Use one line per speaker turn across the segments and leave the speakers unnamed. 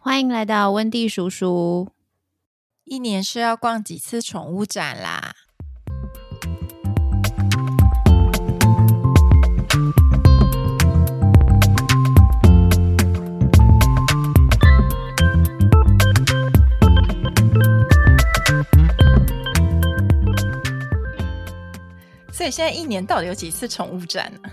欢迎来到温蒂叔叔。
一年是要逛几次宠物展啦？所以现在一年到底有几次宠物展呢、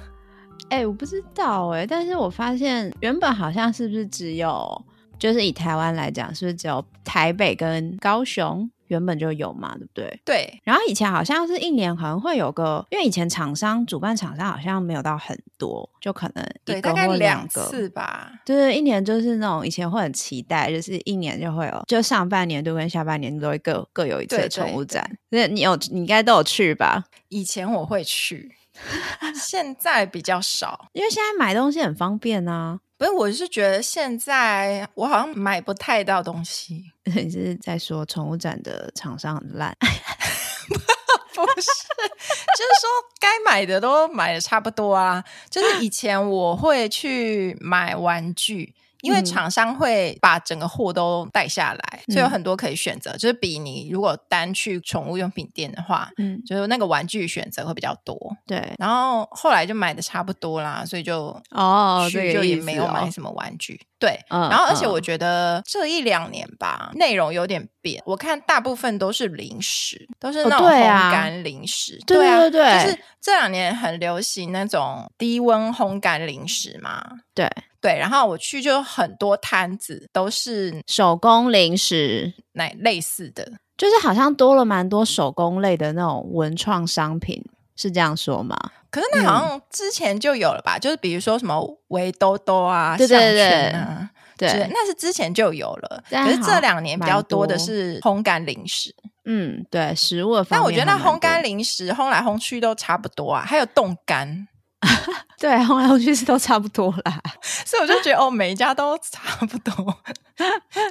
哎、我不知道哎、但是我发现原本好像是不是只有，就是以台湾来讲，是不是只有台北跟高雄原本就有嘛，对不对？
对，
然后以前好像是一年可能会有个，因为以前厂商主办厂商好像没有到很多，就可能一
对，
个
大概
或
两
个
次吧。
就是一年就是那种以前会很期待，就是一年就会有，就上半年度跟下半年度都会各各有一次
对
的宠
对
物
对
展。那你有你应该都有去吧？
以前我会去， 现在比较少。
因为现在买东西很方便啊。
不是，我是觉得现在我好像买不太到东西。
你是在说宠物展的厂商很烂？
不是，就是说该买的都买的差不多啊。就是以前我会去买玩具，因为
嗯
厂商会把整个货都带下来，所以有很多可以选择。就是比你如果单去宠物用品店的话，
嗯，
就是那个玩具选择会比较多。
对，
然后后来就买的差不多啦，所以就
哦，
去
这
就
个
也
意思
没有买
哦
什么玩具。对，
嗯
然后而且
嗯
我觉得这一两年吧，内容有点变。我看大部分都是零食，都是
哦
那种
对
烘
啊
干零食。
对
啊，
对对
就是这两年很流行那种低温烘干零食嘛。
对
对，然后我去就很多摊子都是
手工零食，
那类似的，
就是好像多了蛮多手工类的那种文创商品，是这样说吗？
可是那好
嗯
像之前就有了吧？就是比如说什么围兜兜啊、
对对对
项圈啊之类，
对，
那是之前就有了。
但
可是
好
这两年比
蛮
较多的
多
是烘干零食。
嗯，对，食物的方
但
面
我觉得那
还蛮
烘干
多，
零食烘来烘去都差不多啊，还有冻 干，
对，烘来烘去是都差不多啦。
所以我就觉得哦，每一家都差不多，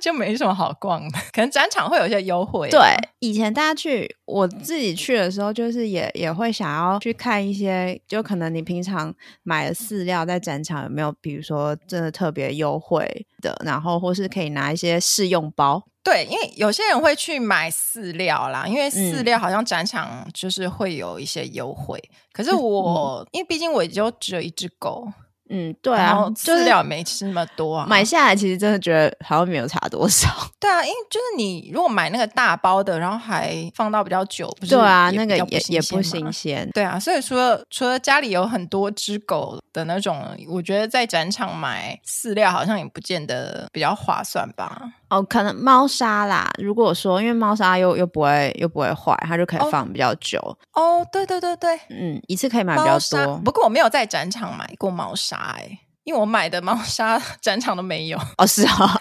就没什么好逛的。 可能展场会有一些优惠啊，
对，以前大家去，我自己去的时候，就是也也会想要去看一些，就可能你平常买的饲料在展场有没有，比如说真的特别优惠的，然后或是可以拿一些试用包。
对，因为有些人会去买饲料啦，因为饲
嗯
料好像展场就是会有一些优惠。可是我、因为毕竟我就只有一只狗，
嗯，对
然
啊
后，
就
饲
是
料也没吃那么多啊，
买下来其实真的觉得好像没有差多少。
对啊，因为就是你如果买那个大包的，然后还放到比较久，不是
对啊，
也
那个
比较
也也不
新鲜
新
吗
鲜。
对啊，所以除了除了家里有很多只狗的那种，我觉得在展场买饲料好像也不见得比较划算吧。
哦，可能猫砂啦，如果说因为猫砂又又不会又不会坏，它就可以
哦
放比较久。
哦，对对对对，
嗯，一次可以买比较
猫砂。
多。
不过我没有在展场买过猫砂哎、因为我买的猫砂展场都没有，
哦，是 啊，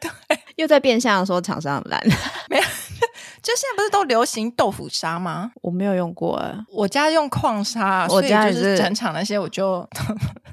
对，又在变相地说厂商很烂，
就现在不是都流行豆腐砂吗？
我没有用过欸，
我家用矿砂，
我
所以
家
就
也是
是展场那些我就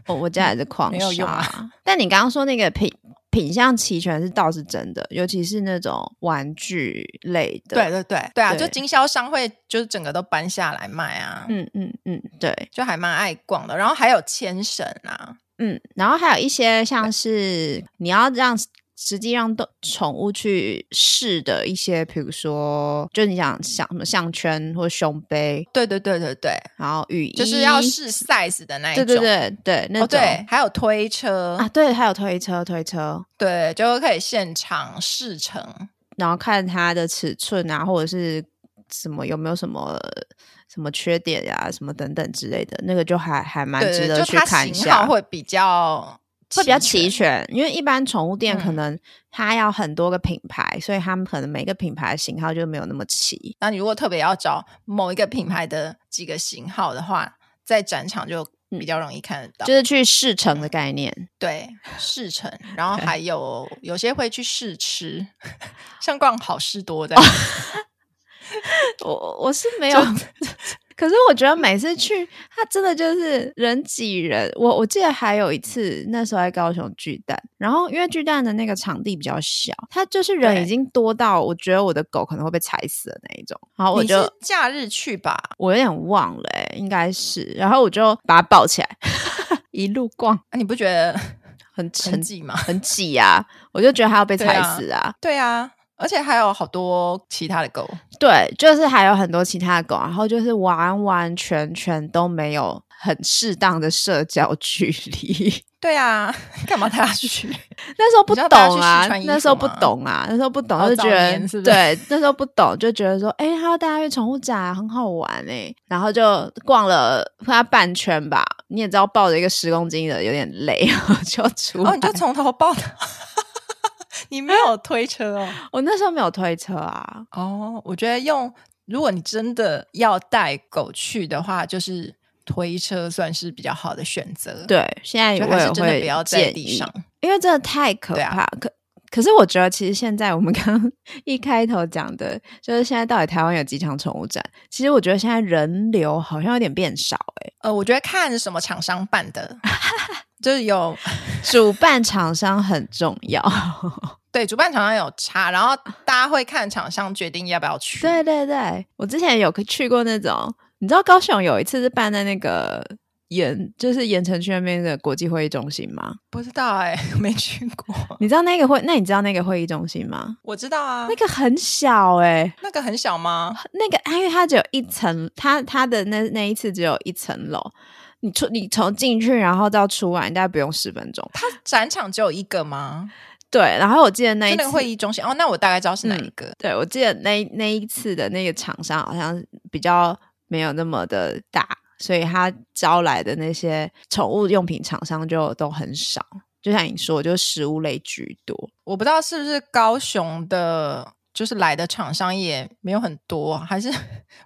我我家也是矿
没有用啊
砂。但你刚刚说那个品品相齐全是倒是真的，尤其是那种玩具类的。
对，对对对啊，
对
就经销商会就是整个都搬下来卖啊，
嗯嗯嗯，对，
就还蛮爱逛的。然后还有牵绳啊，
嗯，然后还有一些像是你要让。实际让动宠物去试的一些，比如说，就你想想什么项圈或胸杯，
对对对对对，
然后雨衣，
就是要试 size 的那一
对
种。
对对对，那种、
哦对，还有推车，
啊，对，还有推车，推车，
对，就可以现场试乘。
然后看它的尺寸啊，或者是什么有没有什么什么缺点呀、什么等等之类的，那个就还还蛮
对
值
对，
得
就
去
它
看一
型号
下，
会比较
会比较齐
齐全。
全。因为一般宠物店可
嗯
能它要很多个品牌，所以他们可能每个品牌的型号就没有那么齐。
那你如果特别要找某一个品牌的几个型号的话，在展场就比较容易看得到。
嗯就是去试乘的概念，
对，试乘，然后还有有些会去试吃，像逛好事多
哦
这样。
我我是没有， 可是我觉得每次去，它真的就是人挤人。我我记得还有一次，那时候在高雄巨蛋，然后因为巨蛋的那个场地比较小，它就是人
对
已经多到我觉得我的狗可能会被踩死的那一种。然后我
你
就是
假日去吧？
我有点忘了、 欸，应该是，然后我就把它抱起来，一路逛。
啊你不觉得
很
很
沉
挤嘛。
很挤呀、我就觉得它要被
对
踩
啊
死啊！
对啊，而且还有好多其他的狗，
对，就是还有很多其他的狗，然后就是完完全全都没有很适当的社交距离。
对啊，干嘛带它 去？
那时候不
你知道大家
懂
去
啊
试穿，衣
那
服
时候不
吗
懂啊，那时候不懂
哦
就觉
早
得
年是不是
对，那时候不懂就觉得说，哎、他要带他去宠物展，很好玩哎、然后就逛了他半圈吧。你也知道，抱着一个十公斤的有点累， 就出来。
哦，你就从头抱它， 你没有推车哦。
我那时候没有推车啊，
哦，我觉得用，如果你真的要带狗去的话，就是推车算是比较好的选择。，
对，现在
就
我
还
也
是真的
会
不要在
建
地
议
上。
因为真的太可
对啊
怕。可可是我觉得，其实现在我们刚 刚一开头讲的，就是现在到底台湾有几场宠物展？其实我觉得现在人流好像有点变少、欸，
呃，我觉得看什么厂商办的，就是有
主办厂商很重要。
对主办厂商有差，然后大家会看厂商决定要不要去。
对对对，我之前有去过那种，你知道高雄有一次是办在那个盐，就是盐城区那边的国际会议中心吗？
不知道哎、 没去过。
你知道那个会？那你知道那个会议中心吗？
我知道啊，
那个很小哎、
那个很小吗？
那个，因为它只有一层，它它的那那一次只有一层楼。你出你从进去然后到出来，你大概不用十分钟。
它展场只有一个吗？
对，然后我记得那
就
一
那
次嗯
个会议中心哦，那我大概知道是哪一个。
对，我记得那那一次的那个厂商好像比较没有那么的大，所以他招来的那些宠物用品厂商就都很少。就像你说，就食物类居多。
我不知道是不是高雄的，就是来的厂商也没有很多，啊还是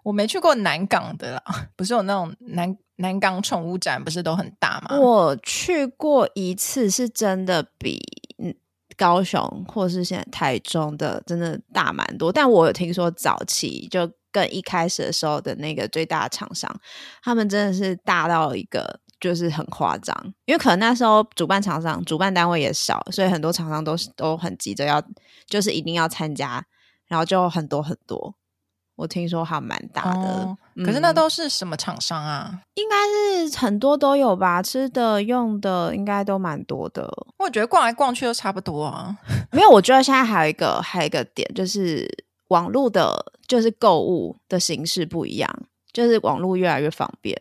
我没去过南港的啦。不是有那种南南港宠物展，不是都很大吗？
我去过一次，是真的比嗯高雄或是现在台中的真的大蛮多。但我有听说早期就更一开始的时候的那个最大的厂商，他们真的是大到一个就是很夸张，因为可能那时候主办厂商、主办单位也少，所以很多厂商都是都很急着要，就是一定要参加，然后就很多很多。我听说还蛮大的，
哦可是那
嗯
都是什么厂商啊？
应该是很多都有吧，吃的、用的应该都蛮多的。
我觉得逛来逛去都差不多啊。
没有，我觉得现在还有一个还有一个点，就是网络的，就是购物的形式不一样，就是网络越来越方便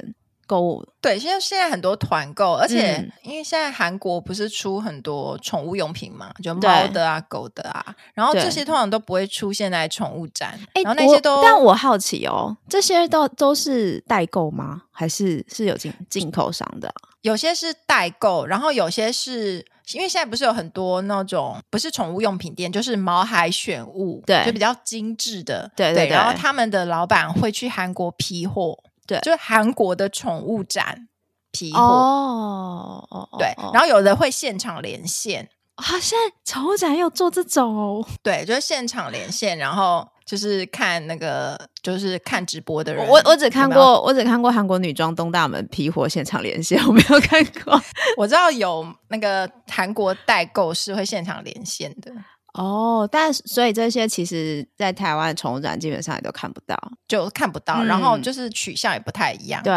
购物。
对，现在现在很多团购，而且
嗯
因为现在韩国不是出很多宠物用品嘛，就
对
猫的啊、狗的啊，然后这
对
些通常都不会出现在宠物展，
哎，
然后那些
我
都
但我好奇哦，这些都都是代购吗？还是是有进进口商的啊？
有些是代购，然后有些是因为现在不是有很多那种不是宠物用品店，就是毛孩选物，
对
就比较精致的，
对
对
对对
然后他们的老板会去韩国批货，
对
就是韩国的宠物展批货，
哦哦，
对
哦。
然后有的会现场连线，
啊，现在宠物展也有做这种哦，
对，就是现场连线，然后就是看那个就是看直播的人，
我我只看
有没有
过我只看过韩国女装东大门批货现场连线，我没有看过。
我知道有那个韩国代购是会现场连线的。
哦，但是所以这些其实在台湾的宠物展基本上也都看不到。
就看不到，然后
嗯
就是取向也不太一样。
对，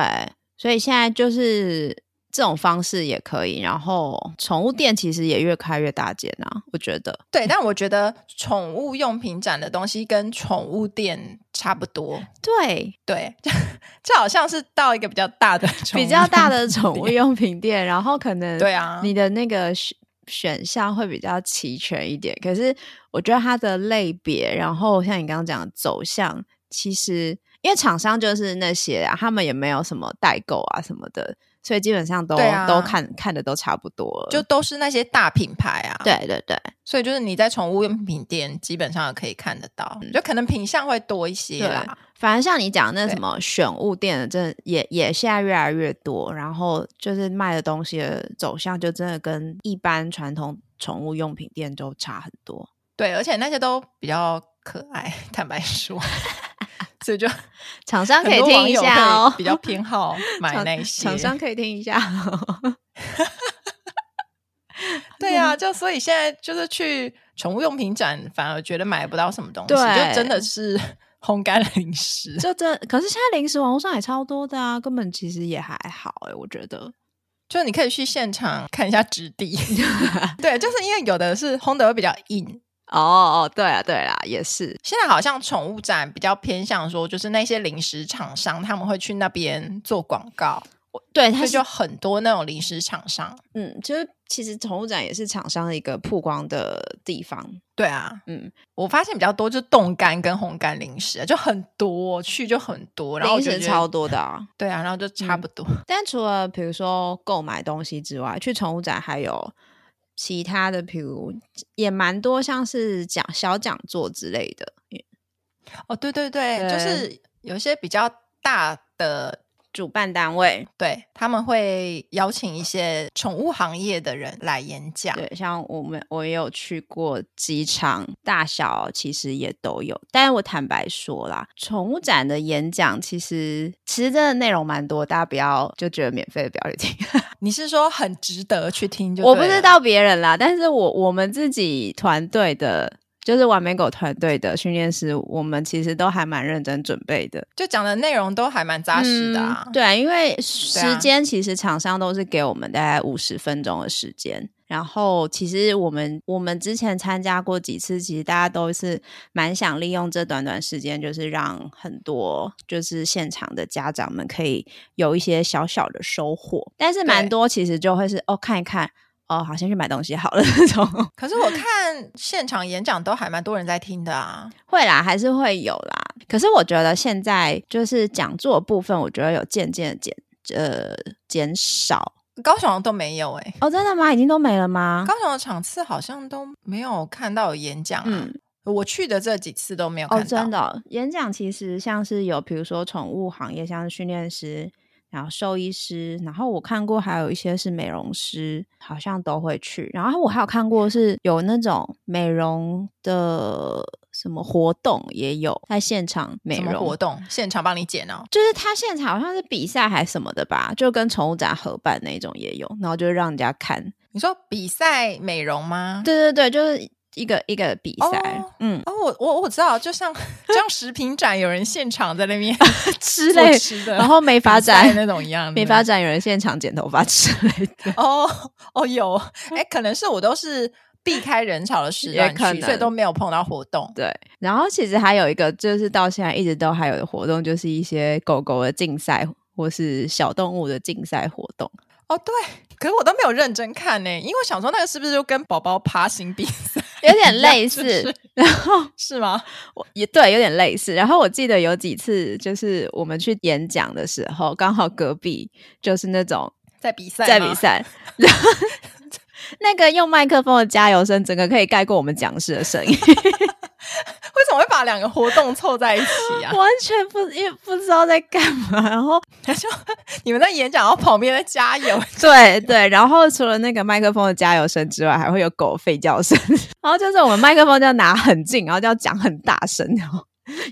所以现在就是这种方式也可以。然后宠物店其实也越开越大间啊，我觉得。
对，但我觉得宠物用品展的东西跟宠物店差不多。
对，
对， 这好像是到一个比较大的宠物
比较大
用
的
品
宠物
店。
用品店，然后可能
对啊，
你的那个选选项会比较齐全一点。可是我觉得它的类别，然后像你刚刚讲的走向，其实因为厂商就是那些啊，他们也没有什么代购啊什么的，所以基本上都、
对啊
都看看的都差不多了。
就都是那些大品牌啊。，
对对对
所以就是你在宠物用品店基本上可以看得到，就可能品相会多一些
嗯对啊
啦。，
反正像你讲的那
对
什么选物店的，真的也也现在越来越多，然后就是卖的东西的走向就真的跟一般传统宠物用品店都差很多。
对，而且那些都比较可爱，坦白 说。所以就
厂商
很
可以
多
听
网
一
友
下哦
会，比较 偏好买那些
厂商可以听一 下、哦。
对
嗯
啊，就所以现在就是去宠物用品展，反而觉得买不到什么东西，
对
就真的是 烘干零食。
就这，可是现在零食网络上也超多的啊，根本其实也还好哎、我觉得。
就是你可以去现场看一下质 地。对，就是因为有的是烘的会比较硬，
哦哦，对啊对啦，也是
现在好像宠物展比较偏向说，就是那些零食厂商他们会去那边做广告，
对，
所
它
以
就
就很多那种零食厂商。
嗯，就是其实宠物展也是厂商的一个曝光的地方，
对啊，
嗯，
我发现比较多就是冻干跟烘干零食，啊就很多去就很多，然后我
零
就
食
觉得
超多的啊。
对啊，然后就差不多。
但除了比如说购买东西之外，去宠物展还有其他的，比如也蛮多像是讲小讲座之类的。
哦，对对对，
对
就是有些比较大的，
主办单位
对他们会邀请一些宠物行业的人来演讲。
对，像我们我也有去过几场，大小其实也都有。但是我坦白说啦，宠物展的演讲其实其实真的内容蛮多，大家不要就觉得免费的不要去听。
你是说很值得去听就？
我不知。道别人啦，但是我我们自己团队的，就是完美狗团队的训练师，我们其实都还蛮认真准备的，
就讲的内容都还蛮扎实的啊。
嗯对，因为
对
时
啊
间其实厂商都是给我们大概五十分钟的时间。然后，其实我们我们之前参加过几次，其实大家都是蛮想利用这短短时间，就是让很多就是现场的家长们可以有一些小小的收获。但是蛮
对
多其实就会是哦看一看，哦好先去买东西好了那种。
可是我看现场演讲都还蛮多人在听的啊。
会啦，还是会有啦。可是我觉得现在就是讲座的部分，我觉得有渐渐的减呃减少。
高雄好像都没有哎、
哦，真的吗？已经都没了吗？
高雄的场次好像都没有看到有演讲、啊。
嗯，
我去的这几次都没有看
哦，
到。
真的哦、演讲其实像是有，比如说宠物行业，像是训练师，然后兽医师，然后我看过还有一些是美容师，好像都会去。然后我还有看过是有那种美容的什么活动也有，在现场美
什么
容
活动？现场帮你剪哦。
就是他现场好像是比赛还是什么的吧，就跟宠物展合办那种也有，然后就让人家看。
你说比赛美容吗？。
对对对，就是一个一个比赛，
哦
嗯
哦，我我我知道，就像就像食品展，有人现场在那边
之
做
类，
吃的，
然后美发
比赛
展
那种一样，
美发。展有人现场剪头发之类 的，
哦 哦有，哎，可能是我都是避开人潮的时段
也可
去，所以
能
都没有碰到活动。
对。然后其实还有一个就是到现在一直都还有的活动，就是一些狗狗的竞赛或是小动物的竞赛活动。
哦，对，可是我都没有认真看呢，因为我想说那个是不是就跟宝宝爬行比赛
有点类
就
似
是，
然后
是吗？
我也对，有点类似。然后我记得有几次，就是我们去演讲的时候，刚好隔壁就是那种
在比赛，
在比，赛，然后 那个用麦克风的加油声，整个可以盖过我们讲师的 声音，
为什么会把两个活动凑在一起 啊？
完全不因为不知道在干嘛。然后
你们在演讲，然后旁边在加油，
对对，然后除了那个麦克风的加油声之外，还会有狗吠叫声。 然后就是我们麦克风就要拿很近，然后就要讲很大声，然后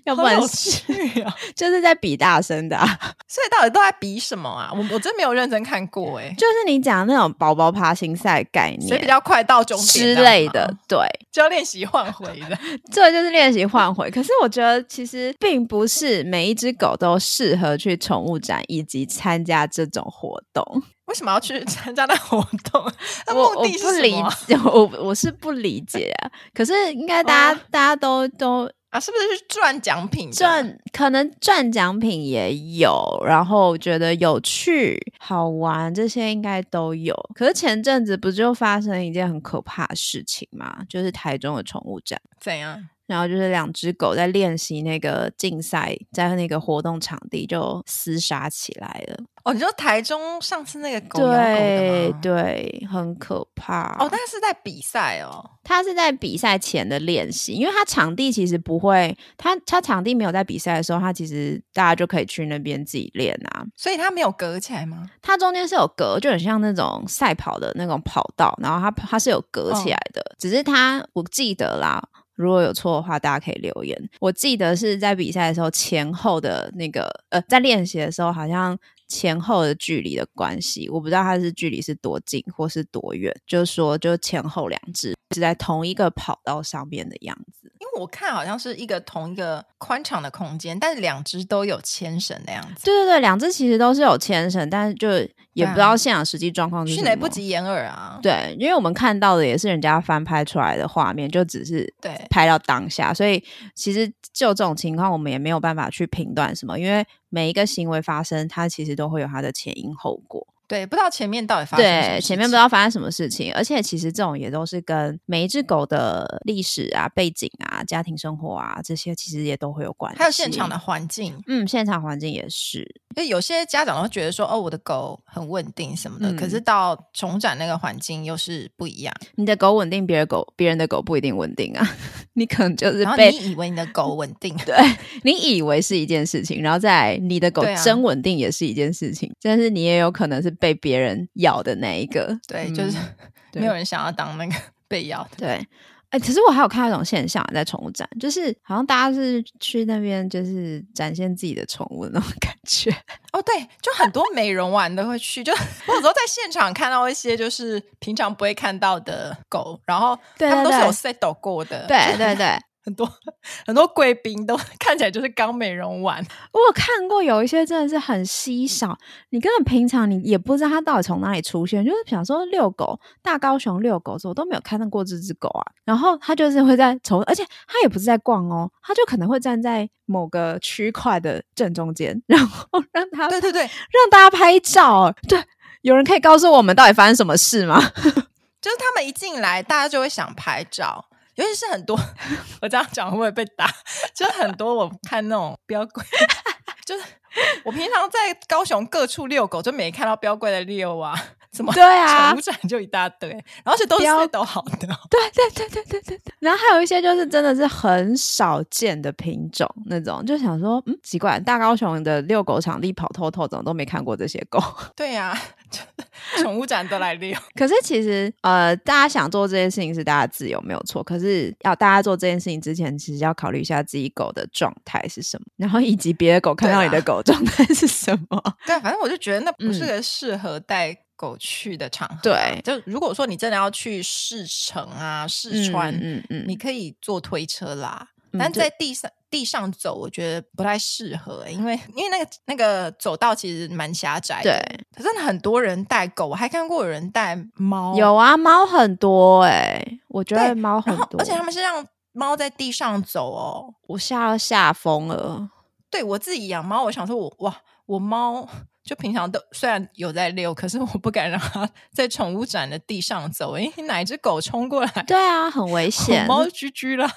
要不
好
然
有
是
趣啊！
就是在比大声的啊、
所以到底都在比什么啊？我我真没有认真看过哎，
就是你讲的那种宝宝爬行赛概念，
谁比较快到终点
之
这样
类
吗
的，，对，
就要练习换回的。
这就是练习换回。可是我觉得其实并不是每一只狗都适合去宠物展以及参加这种活动，
为什么 要去参加那活动？那
我
目
我
的
不
是
理
什么啊
解，我我是不理解啊。可是应该大家、
哦
大家都都
啊？是不是去赚奖品的？
赚，可能赚奖品也有，然后觉得有趣、好玩这些应该都有。可是前阵子不就发生一件很可怕的事情嘛，就是台中的宠物展。
怎样？
然后就是两只狗在练习那个竞赛，在那个活动场地就厮杀起来了。
哦，你说台中上次那个狗咬狗的
对
吗？
对，很可怕。
哦，但是在比赛哦。
它是在比赛前的练习，因为它场地其实不会，它它场地没有在比赛的时候，它其实大家就可以去那边自己练啊。
所以它没有隔起来吗？
它中间是有隔，就很像那种赛跑的那种跑道，然后它它是有隔起来的，只是它我记得啦。如果有错的话，大家可以留言。我记得是在比赛的时候前后的那个呃，在练习的时候，好像前后的距离的关系，我不知道它是距离是多近或是多远，就是说就前后两只是在同一个跑道上面的样子。
因为我看好像是一个同一个宽敞的空间，但是两只都有牵绳的样子，
对对对，两只其实都是有牵绳，但是就也不知道现场实际状况是
迅
什
雷
么。
不及掩耳啊！
对，因为我们看到的也是人家翻拍出来的画面，就只是
对
拍到当下，所以其实就这种情况，我们也没有办法去评断什么，因为每一个行为发生，它其实都会有它的前因后果。
对，不知道前面到底发生什么
对，
事
前面不知
情
道发生什么事情，而且其实这种也都是跟每一只狗的历史啊、背景啊、家庭生活啊这些，其实也都会有关系。
还有现场的，环境，
嗯，现场环境也是，
因为有些家长会觉得说，哦，我的狗很稳定什么的，
嗯
可是到宠展那个环境又是不一样。
你的狗稳定，别人狗别人的狗不一定稳定啊， 你可能就是
然后
被
你以为你的狗稳定，
对，你以为是一件事情，然后再来你的狗
对啊
真稳定也是一一件事情，但是你也有可能是被别人咬的那一个。
对，
嗯
就是
对
没有人想要当那个 被咬的。
对。哎、可是我还有看到一种现象在宠物展，就是好像大家是去那边就是展现自己的宠物的那种感觉。
哦，对，就很多美容玩的会去，就 我有时候在现场看到一些就是平常不会看到的狗，然后
对
他们
对
都是有
对
set 过的，
对对对，
很多 很多贵宾都 看起来就是刚美 容完，
我有看过有一些真的是很稀少，你根本平常你也不知道它到底从哪里出现，就是想说遛狗，大高雄遛狗的时候我都没有看到过这只狗啊。然后它就是会在从，而且它也不是在逛哦，它就可能会站在某个区块的正中间， 然后让它
对对对，
让大家拍照。对，有人可以告诉我们到底发生什么事吗？
就是他们一进来，大家就会想拍照，尤其是很多 我这样讲会不会被打？就是很多我看那种标柜， 就是我平常在高雄各处遛狗，就没看到标柜的遛啊，什么
对啊
宠物展就一大堆，然后这都是
标
都好的哦，
对对对对对对对。然后还有一些就是真的是很少见的品种，那种就想说，嗯，奇怪，大高雄的遛狗场地跑透透，怎么都没看过这些狗？
对呀、就是宠物展都来遛，
可是其实，呃，大家想做这件事情是大家自由没有错，可是要大家做这件事情之前，其实要考虑一下自己狗的状态是什么，然后以及别的狗看到你的
对啦
狗状态是什 么。
对，啊反正我就觉得那不是
嗯
个适合带狗去的 场合。
对，
就如果说你真的要去试乘啊、试穿，
嗯嗯
你可以坐推车啦，
嗯
但
对
在地上地上走，我觉得不太适合、欸，因为因为那个那个走道其实蛮狭窄的。
对，
可是很多人带狗，我还看过有人带猫，
有啊，猫很多哎、我觉
对
得猫很
然后
多，
而且他们是让猫在地上走哦。
我吓到吓疯了。
对我自己养猫，我想说我哇，我猫就平常都虽然有在遛，可是我不敢让它 在宠物展的地上走，因为哪一只狗冲过来，
对啊，很危
我
险。
哦猫居居啦。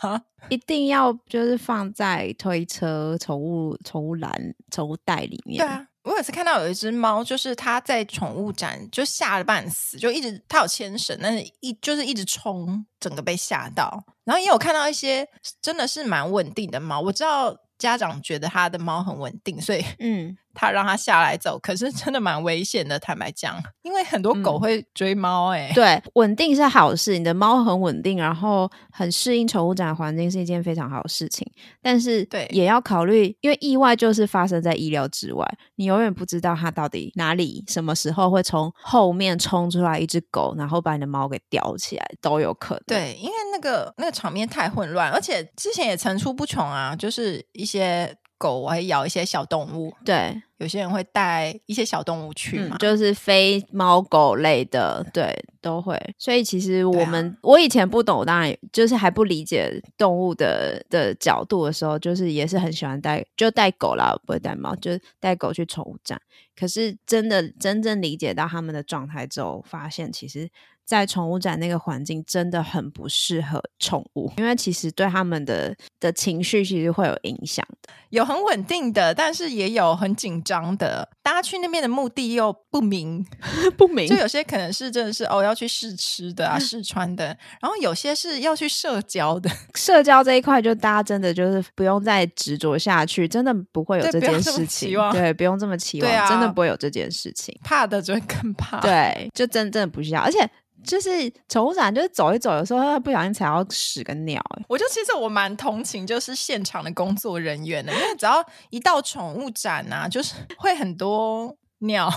一定要就是放在推车、宠物、宠物栏、宠物袋里面。
对啊，我有次看到有一只猫，就是它在宠物展就吓得半死，就一直它有牵绳，但是一就是一直冲，整个被吓到。然后也有看到一些真的是蛮稳定的猫，我知道家长觉得他的猫很稳定，所以
嗯，
他让它下来走，可是真的蛮危险的。坦白讲，因为很多狗
嗯
会追猫、欸，哎、
对，稳定是好事，你的猫很稳定，然后很适应宠物展的环境是一件非常好的事情。但是
对
也要考虑，因为意外就是发生在意料之外，你永远不知道它到底哪里、什么时候会从后面冲出来一只狗，然后把你的猫给叼起来，都有可能。
对，因为那个那个场面太混乱，而且之前也层出不穷啊，就是一些狗还咬一些小动物，
对，
有些人会带一些小动物去嘛，
嗯，就是非猫狗类的，对，都会。所以其实
对
我
啊
们、我以前不懂，我当然就是还不理解动物的的角度的时候，就是也是很喜欢带就带狗啦，不会带猫，就是带狗去宠物展。可是真的真正理解到他们的状态之后，发现其实。在宠物展那个环境真的很不适合宠物，因为其实对他们的的情绪其实会有影响。
有很稳定的，但是也有很紧张的。大家去那边的目的又不明，
不明
就有些可能是真的是哦要去试吃的啊、试穿的，然后有些是要去社交的，
社交这一块，就大家真的就是不用再执着下去，真的不会有
对
这
不要
件
这么
事
期
情。
望
对，不用这么期
对
望，
啊
真的不会有这件事情。
怕的就会更怕。
对，就真真的不需要，而且。就是宠物展，就是走一走，有时候不小心踩到屎跟尿、欸，
我就其实我蛮同情，就是现场的工作人员的，因为只要一到宠物展啊，就是会很 多尿，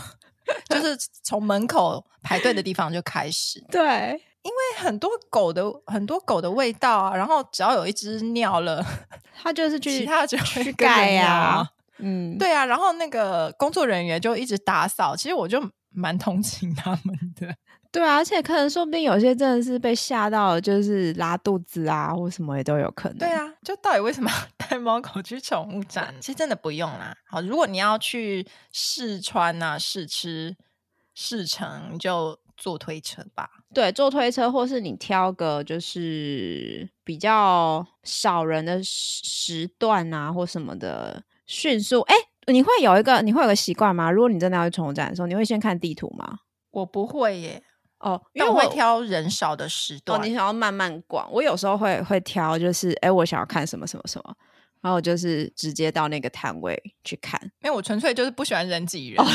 就是从门口排队的地方就开始。
对，
因为很多狗的很多狗的味道啊，然后只要有一只尿了，
他就是去
其他就会
去
跟着
盖
尿
呀、
啊
嗯，
对啊，然后那个工作人员就一直打扫，其实我就蛮同情他们的。
对啊，而且可能说不定有些真的是被吓到了，就是拉肚子啊或什么也都有可能。
对，啊，就到底为什么要带猫狗去宠物展？其实真的不用啦。好，如果你要去试穿啊、试吃、试乘，你就坐推车吧。
对，坐推车或是你挑个就是比较少人的时时段啊或什么的，迅速哎。你会有一个你会有个习惯吗？如果你真的要去宠物展的时候，你会先看地图吗？
我不会耶，
哦，因
但
为
我
我
会挑人少的时
哦
段。，
你想要慢慢逛。我有时候会会挑，就是哎，诶我想要看什么什么什么，然后我就是直接到那个摊位去看。
因为我纯粹就是不喜欢人挤人，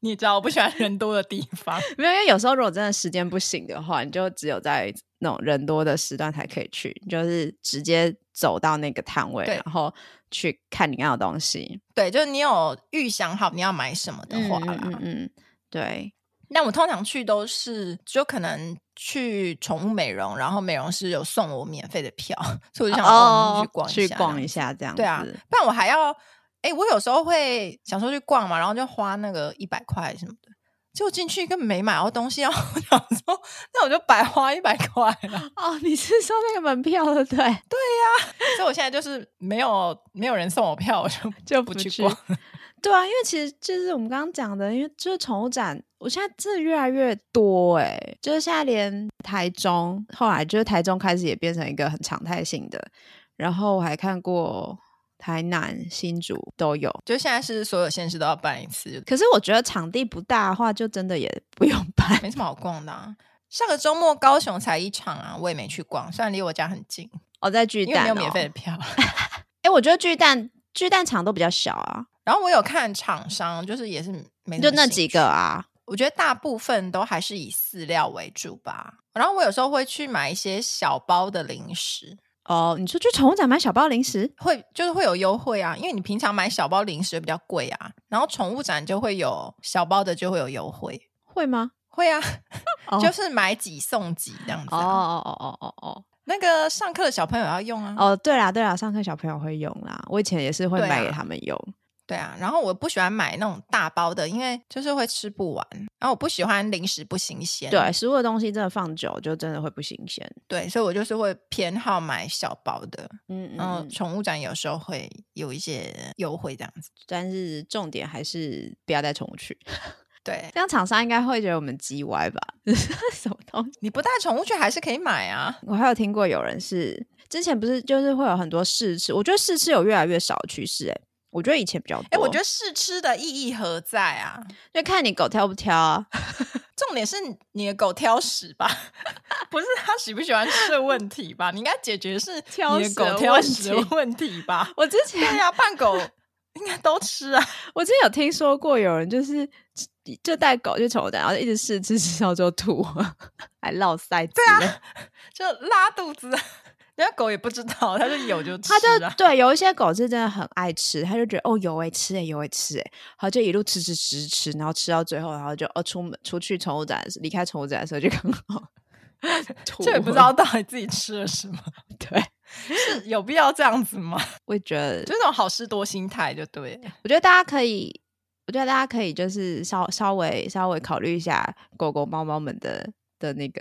你知道，我不喜欢人多的地方。
没有，因为有时候如果真的时间不行的话，你就只有在那种人多的时段才可以去，你就是直接走到那个摊位，
对
然后去看你要的东西
对，就是你有预想好你要买什么的话啦。
嗯嗯嗯，对，
但我通常去都是，就可能去宠物美容，然后美容师有送我免费的票， 所以我就想说嗯去逛一下。
哦去逛一
下，
下这样子，
对啊，不然我还要，哎、我有时候会想说去逛嘛，然后就花那个一百块什么的，结果进去根本没买到东西，然后 我想说，那我就白花一百块了。
哦，你是说那个门票对不对？
所以我现在就是没有没有人送我票，我就
就
不
不
去
去
逛。
对啊，因为其实就是我们刚刚讲的，因为就是宠物展，我现在真的越来越多哎、就是现在连台中，后来就是台中开始也变成一个很常态性的，然后我还看过台南、新竹都有。
就现在是所有县市都要办一次，
可是我觉得场地不大的话，就真的也不用办。
没什么好逛的、啊。上个周末高雄才一场啊，我也没去逛，虽然离我家很近，
哦，在巨
因为没
蛋、
有
哦，
免费的票。
哎、我觉得巨蛋巨蛋场都比较小啊，
然后我有看厂商，就是也是没什么
就那
兴
几
趣
个，啊。
我觉得大部分都还是以饲料为主吧。然后我有时候会去买一些小包的零食，
哦，你说去宠物展买小包零食？
会就是会有优惠啊，因为你平常买小包零食比较贵啊，然后宠物展就会有小包的就会有优惠，
会吗？
会啊，
哦
就是买几送几这样子、
哦
啊。
哦哦哦哦哦，
那个上课的小朋友要用啊。
哦，对啦，对啦，上课小朋友会用啦，我以前也是会
对
买给
啊
他们用。
对啊，然后我不喜欢买那种大包的，因为就是会吃不完。然后我不喜欢零食不新鲜，
对,、食物的东西真的放久就真的会不新鲜。
对，所以我就是会偏好买小包的。
嗯嗯
然后
嗯，
宠物展有时候会有一些优惠这样子。
但是重点还是不要再宠物去，
对，
这样厂商应该会觉得我们鸡歪吧？ 什么东西？
你不带宠物去还是可以买啊。
我还有听过有人是之前不是就是会有很多试吃，我觉得试吃有越来越少的趋势、欸，我觉得以前比较多。
哎，我觉得试吃的意义何在啊？
就看你狗挑不挑啊。
重点是你的狗挑食吧，不是它喜不喜欢吃的问题吧？你应该解决是
挑
你的
食
狗
的
挑
问
食的
题。
问题吧
我之前
对啊呀、胖狗应该都吃啊。
我之前有听说过有人就是就带狗去宠物展，然后一直试吃吃到就吐， 还落腮子。对啊，
就拉肚子，啊人家狗也不知道，它就有就吃、
他
啊，
就对有一些狗是真的很爱吃，他就觉得哦有诶、吃诶、有诶、吃诶、欸然后就一路吃吃吃吃，然后吃到最后，然后就哦出门出去宠物展的时离开宠物展的时候就刚 好吐，
这也不知道到底自己吃了什么，
对。
是有必要这样子吗？
我也觉得
就，那种好事多心态就对了。
我觉得大家可以，我觉得大家可以就是稍稍微稍微考虑一下狗狗猫猫们的的那个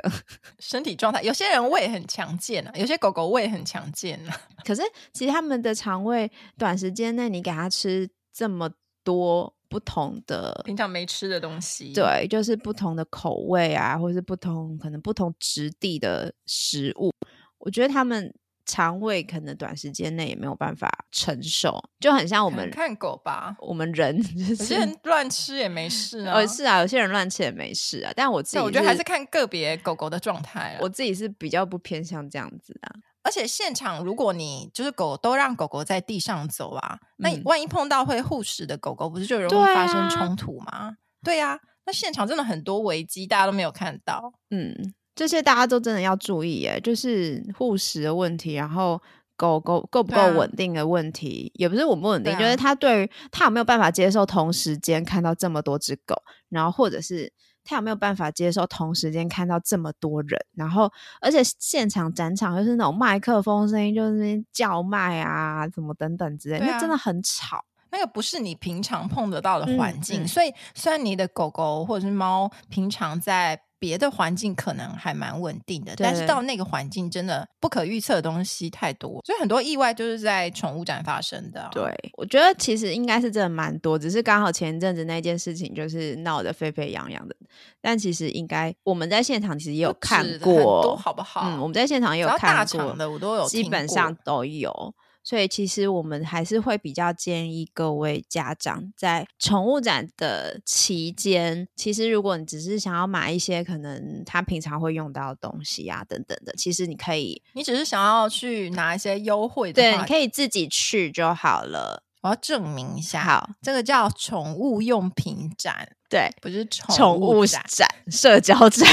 身体状态，有些人胃很强健啊，有些狗狗胃很强健啊。
可是其实他们的肠胃短时间内你给它吃这么多不同的，
平常没吃的东西，，
对，就是不同的口味啊，或是不同可能不同质地的食物，我觉得他们肠胃可能短时间内也没有办法承受，就很像我
我
们
看狗吧，
我们人就是
有些人乱吃也没事啊。
呃是啊，有些人乱吃也没事啊，但我自己
对，我觉得还是看个别狗狗的状态、啊。
我自己是比较不偏向这样子的、
而且现场，如果你就是狗都让狗狗在地上走啊，那你
嗯
万一碰到会护食的狗狗，不是就容易
对
发生
啊
冲突吗？对呀、那现场真的很多危机，大家都没有看到。
嗯，这些大家都真的要注意耶，就是护食的问题，然后狗狗够不
对啊
够稳定的问题，也不是稳不稳定，
对啊
就是它对于它有没有办法接受同时间看到这么多只狗，然后或者是他有没有办法接受同时间看到这么多人？然后，而且现场展场又是那种麦克风声音，就是那边叫卖啊，什么等等之类，
对啊
那真的很吵。
那个不是你平常碰得到的
嗯
环境，
嗯
所以虽然你的狗狗或者是猫平常在别的环境可能还蛮稳定的，
对
但是到那个环境真的不可预测的东西太多，所以很多意外就是在宠物展发生的啊、
对，我觉得其实应该是真的蛮多，只是刚好前一阵子那件事情就是闹得沸沸扬扬的，但其实应该我们在现场其实也有
不止
看
很多
过，
好不好？
嗯，我们在现场也
只
有
要大
看
厂
过，
的我都有
基
听
本
过
上都有。所以其实我们还是会比较建议各位家长，在宠物展的期间，其实如果你只是想要买一些可能他平常会用到的东西啊等等的，其实你可以
你只是想要去拿一些优惠的
对，
话，
你可以自己去就好了。
我要证明一下，
好，
这个叫宠物用品展，
对，
不是宠
宠物
展，
展、社交 展，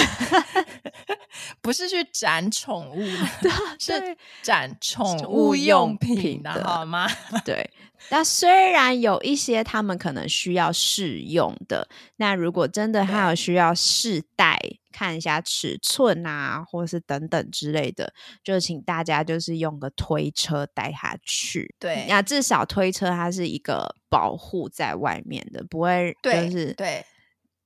不是去展宠物的，是
对
展宠
宠
物
物
用
用
品
品
的
的
好吗？
对。那虽然有一些他们可能需要试用的，那如果真的还有需要试戴，看一下尺寸啊，或是等等之类的，就请大家就是用个推车带它去。
对
那至少推车它是一个保护在外面的，不会就
对，
是
对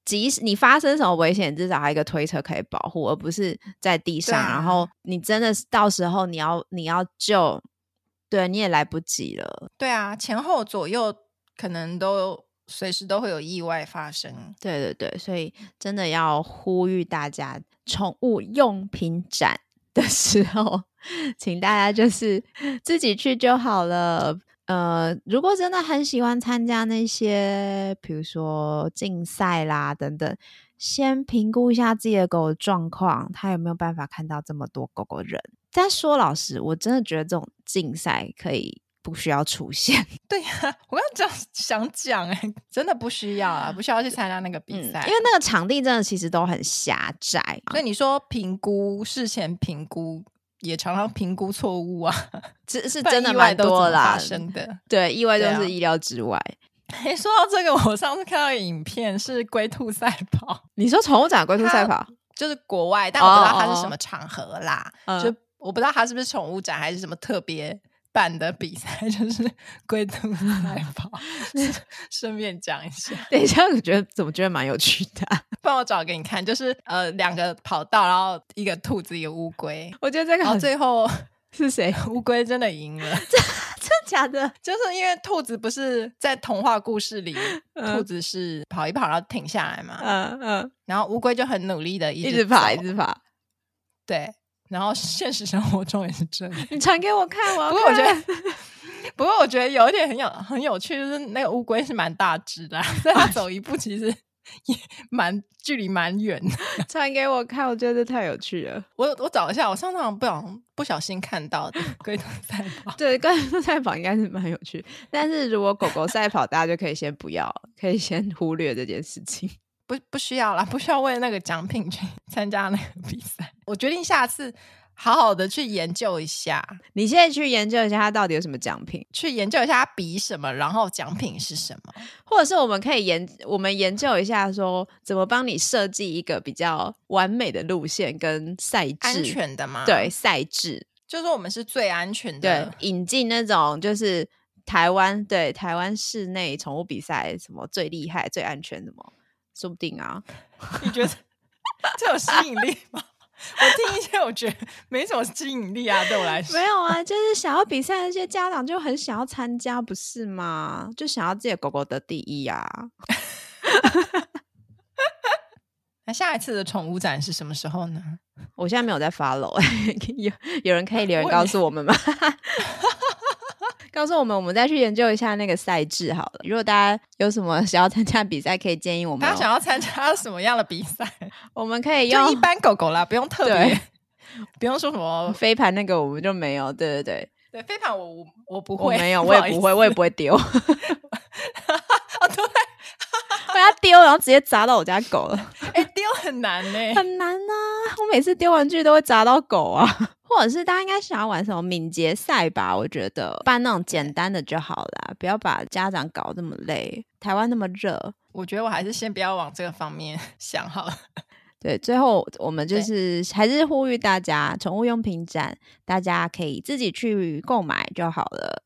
即使你发生什么危险，至少还有一个推车可以保护，而不是在地
对
上。
啊
然后你真的是到时候你要你要救，对，你也来不及了。
对啊，前后左右可能都随时都会有意外发生。
对对对，所以真的要呼吁大家，宠物用品展 的时候，请大家就是 自己去就好了。呃，如果真的很喜欢参加那些，比如说竞赛啦等等，先评估一下自己的狗的状况，它有没有办法看到这么多狗狗人。但说老实，我真的觉得这种竞赛可以不需要出现。
对呀、我刚刚这样想讲哎、 真的不需要啊，不需要去参加那个比
嗯，因
赛，
为那个场地真的其实都很狭窄啊，
所以你说评估事前评估也常常评估错误啊，
这是
不然
真的
意外
蛮
都怎
多
么
啦
发，生的。
对，意外
对
都
啊
是意料之外。
哎，说到这个，我上次看到一个影片是龟兔赛跑，
你说宠物展龟兔赛跑，
就是国外，但我不知道
哦哦
它是
哦
什么场合啦，
嗯
就我不知道它是不是宠物展还是什么特别办的比赛， 就是龟 兔赛跑。顺便讲一下，
等一下，我觉得怎么觉得蛮有趣的啊、
帮我找给你看，就是呃两个跑道，然后一个兔子，一个乌龟，
我觉得哦这个
然后
好
最后
是谁？
乌龟真的赢了，
真的假的？
就是因为兔子不是在童话故事里，
嗯
兔子是跑一跑然后停下来嘛，
嗯嗯，
然后乌龟就很努力的一
一直爬，
走
一直爬。
对，然后现实生活中也是这样。
你传给我看，我要
不过我觉
看
得， 不过我觉得有一点很有很有趣，就是那个乌龟是蛮大只的啊、所以它走一步其实也蛮距离蛮远 的。
传给我看，我觉得这太有趣了。
我我找一下，我上次好像不小不小心看到的龟兔赛跑。
对， 龟兔赛跑应该是蛮有趣，但是如果狗狗赛跑，大家就可以先不要，可以先忽略这件事情。
不不需要啦，不需要为那个奖品去 参加那个比赛。我决定下次好好的去研究一下，
你现在去研究一下它到底有什么奖品，
去研究一下它比什么，然后奖品是什么。
或者是我们可以研我们研究一下，说怎么帮你设计一个比较完美的路线跟赛制，
安全的嘛，
对，赛制，
就是我们是最安全
对，
的，
引进那种就是台湾对台湾室内宠物比赛什么最厉害、最安全什么，说不定 啊，
你觉得这有吸引力吗？ 我听一些，我觉得没什么吸引力啊，对我来说
没。有啊，就是想要比赛的那些家长就很想要参加，不是吗？就想要自己的狗狗得第一啊。
那下一次的宠物展是什么时候呢？
我现在没有在 follow，有有人可以留言
我也
告诉我们吗？ 告诉我们，我们再去研究一下那个赛制好了。如果大家有什么想要参加比赛，可以建议我们
大
哦
家。想要参加什么样的比赛？
我们可以
就一
用
般狗狗啦，不用特别
对，
不用说什么。
飞盘那个，我们就没有。对对对，
对，飞盘我我我不
我
会，
没有，
好
我也
意
不
思
会，我也不会 丢，
哦， 对，
被它丢，然后直接砸到我家狗了，
哎，丢很难呢、
很难呐、我每次丢玩具都会砸到狗啊。 或者是大家应该想要玩什么敏捷赛吧？我觉得办那种简单的就好啦，不要把家长搞这么累。台湾那么热，
我觉得我还是先不要往这个方面 想好了。
对，最后我们就
对
是还是呼吁大家，宠物用品展大家可以自己去购买就好了。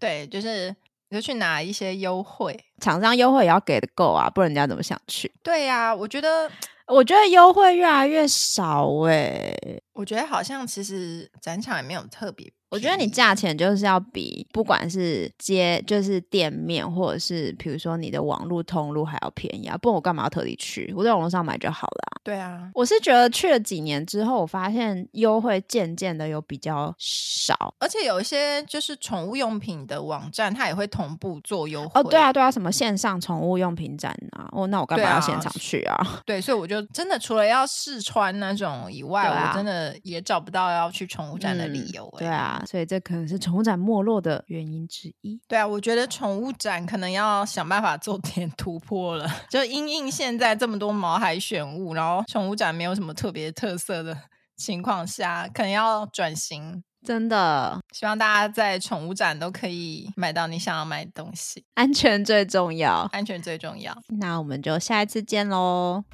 对，就是你就去拿一些优惠。
厂商优惠也要给的够啊，不然人家怎么想去？
对呀、我觉得，
我觉得优惠越来越少欸诶、
我觉得好像其实展场也没有特别便宜。
我觉得你价钱就是要比不管是街就是店面，或者是比如说你的网络通路还要便宜啊，不然我干嘛要特地去？我在网络上买就好了。
对啊，
我是觉得去了几年之后，我发现优惠渐渐的有比较少。
而且有一些就是宠物用品的网站，它也会同步做优惠。
哦，对啊，，对啊，什么线上宠物用品展啊？哦，那我干
对
嘛
啊
要现场去啊？
对，所以我就真的除了要试穿那种以外，
对啊
我真的也找不到要去宠物展的理
嗯
由、欸
对啊，所以这可能是宠物展没落的原因之一。
对啊，我觉得宠物展可能要想办法做点 突破了，就因应现在这么多毛海选物，然后宠物展没有什么特别特色的 情况下，可能要转型。
真的，
希望大家在宠物展都可以买到你想要买的东西，
安全最重要。
安全最重要。
那我们就下一次见喽。